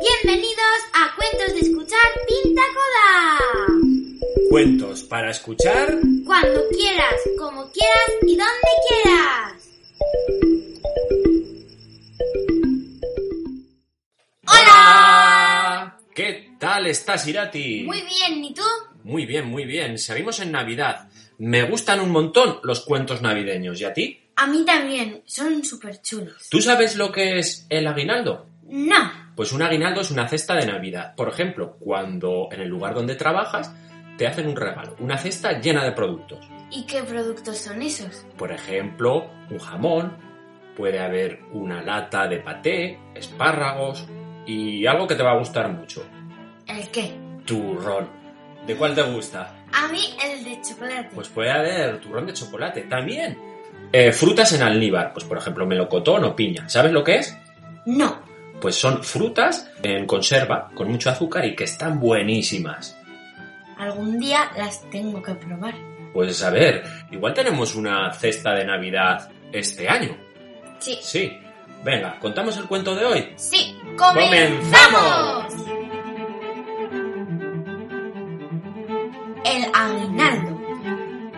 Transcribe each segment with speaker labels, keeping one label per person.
Speaker 1: Bienvenidos a Cuentos de Escuchar Pinta Coda.
Speaker 2: Cuentos para escuchar.
Speaker 1: Cuando quieras, como quieras y donde quieras. ¡Hola!
Speaker 2: ¿Qué tal estás, Irati?
Speaker 1: Muy bien, ¿y tú?
Speaker 2: Muy bien, muy bien. Seguimos en Navidad. Me gustan un montón los cuentos navideños. ¿Y a ti?
Speaker 1: A mí también, son súper chulos.
Speaker 2: ¿Tú sabes lo que es el aguinaldo?
Speaker 1: No.
Speaker 2: Pues un aguinaldo es una cesta de Navidad. Por ejemplo, cuando en el lugar donde trabajas te hacen un regalo, una cesta llena de productos.
Speaker 1: ¿Y qué productos son esos?
Speaker 2: Por ejemplo, un jamón, puede haber una lata de paté, espárragos y algo que te va a gustar mucho,
Speaker 1: ¿El qué?
Speaker 2: turrón. ¿De cuál te gusta?
Speaker 1: A mí el de chocolate.
Speaker 2: Pues puede haber turrón de chocolate también. Eh, frutas en almíbar, pues por ejemplo melocotón o piña. ¿Sabes lo que es?
Speaker 1: no.
Speaker 2: Pues son frutas en conserva con mucho azúcar y que están buenísimas.
Speaker 1: Algún día las tengo que probar.
Speaker 2: Pues a ver, igual tenemos una cesta de Navidad este año.
Speaker 1: Sí.
Speaker 2: Sí. Venga, contamos el cuento de hoy.
Speaker 1: Sí,
Speaker 2: ¡comenzamos!
Speaker 1: El aguinaldo.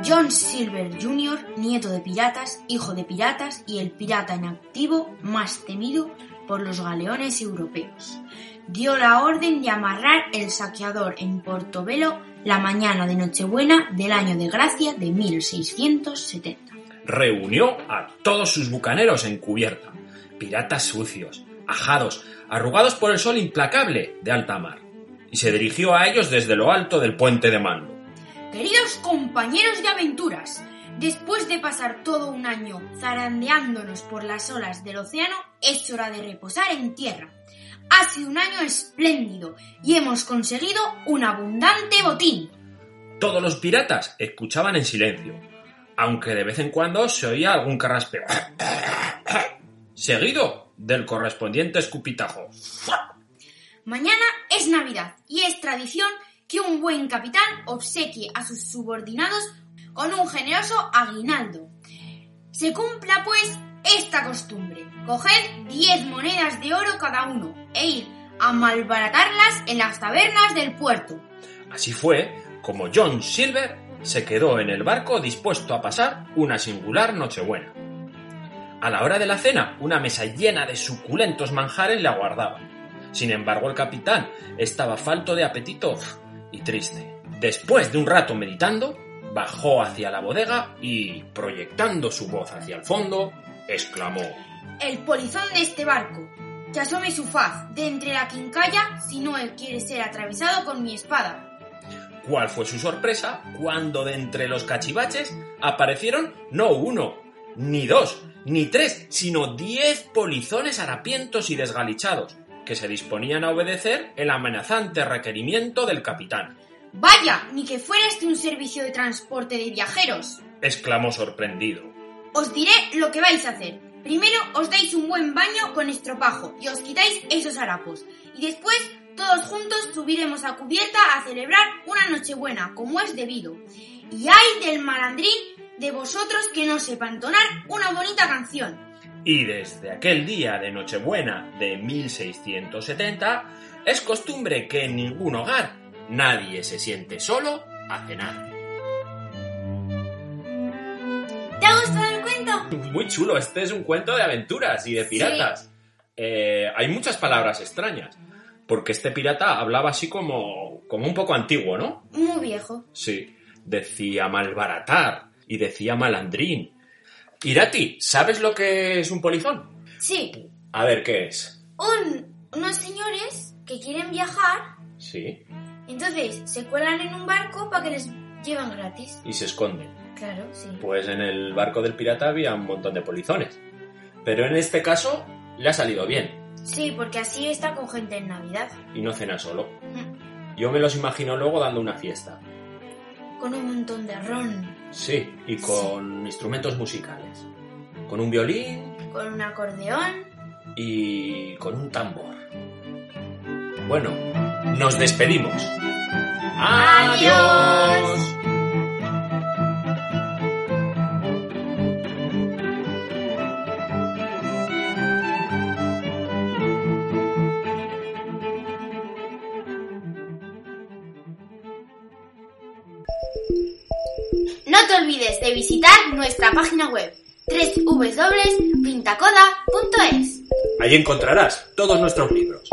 Speaker 1: John Silver Jr., nieto de piratas, hijo de piratas y el pirata en activo más temido por los galeones europeos, dio la orden de amarrar el saqueador en Portobelo la mañana de Nochebuena del año de gracia de 1670.
Speaker 2: Reunió a todos sus bucaneros en cubierta. Piratas sucios, ajados, arrugados por el sol implacable de alta mar. Y se dirigió a ellos desde lo alto del puente de mando.
Speaker 1: Queridos compañeros de aventuras, después de pasar todo un año zarandeándonos por las olas del océano, es hora de reposar en tierra. Ha sido un año espléndido y hemos conseguido un abundante botín.
Speaker 2: Todos los piratas escuchaban en silencio, aunque de vez en cuando se oía algún carraspeo, seguido del correspondiente escupitajo.
Speaker 1: Mañana es Navidad y es tradición que un buen capitán obsequie a sus subordinados con un generoso aguinaldo. Se cumpla pues esta costumbre. Coged 10 monedas de oro cada uno e ir a malbaratarlas en las tabernas del puerto.
Speaker 2: Así fue como John Silver se quedó en el barco dispuesto a pasar una singular nochebuena. A la hora de la cena, una mesa llena de suculentos manjares le aguardaba. Sin embargo, el capitán estaba falto de apetito y triste. Después de un rato meditando, bajó hacia la bodega y, proyectando su voz hacia el fondo, exclamó
Speaker 1: El polizón de este barco. Que asome su faz de entre la quincalla si no él quiere ser atravesado con mi espada.
Speaker 2: ¿Cuál fue su sorpresa cuando de entre los cachivaches aparecieron no uno, ni dos, ni tres, sino diez polizones harapientos y desgalichados, que se disponían a obedecer el amenazante requerimiento del capitán?
Speaker 1: Vaya, ni que fuera este un servicio de transporte de viajeros.
Speaker 2: exclamó sorprendido.
Speaker 1: Os diré lo que vais a hacer. Primero os dais un buen baño con estropajo y os quitáis esos harapos. Y después todos juntos subiremos a cubierta a celebrar una nochebuena como es debido. Y ay del malandrín de vosotros que no sepa entonar una bonita canción.
Speaker 2: Y desde aquel día de Nochebuena de 1670, es costumbre que en ningún hogar nadie se siente solo a cenar.
Speaker 1: ¿Te ha gustado el cuento?
Speaker 2: Muy chulo, este es un cuento de aventuras y de piratas. Eh, hay muchas palabras extrañas, porque este pirata hablaba así como, como un poco antiguo, ¿no?
Speaker 1: Muy viejo.
Speaker 2: Sí, decía malbaratar y decía malandrín. Irati, ¿sabes lo que es un polizón?
Speaker 1: Sí.
Speaker 2: A ver, ¿qué es?
Speaker 1: Un, unos señores que quieren viajar,
Speaker 2: Sí,
Speaker 1: entonces se cuelan en un barco para que les llevan gratis.
Speaker 2: y se esconde.
Speaker 1: Claro, sí.
Speaker 2: Pues en el barco del pirata había un montón de polizones. Pero en este caso le ha salido bien
Speaker 1: Sí, porque así está con gente en Navidad.
Speaker 2: y no cena solo. Yo me los imagino luego dando una fiesta.
Speaker 1: Con un montón de ron,
Speaker 2: Sí, y con instrumentos musicales. Con un violín
Speaker 1: con un acordeón.
Speaker 2: y con un tambor. Bueno, nos despedimos.
Speaker 1: ¡Adiós! olvides de visitar nuestra página web www.pintacoda.es.
Speaker 2: Allí encontrarás todos nuestros libros,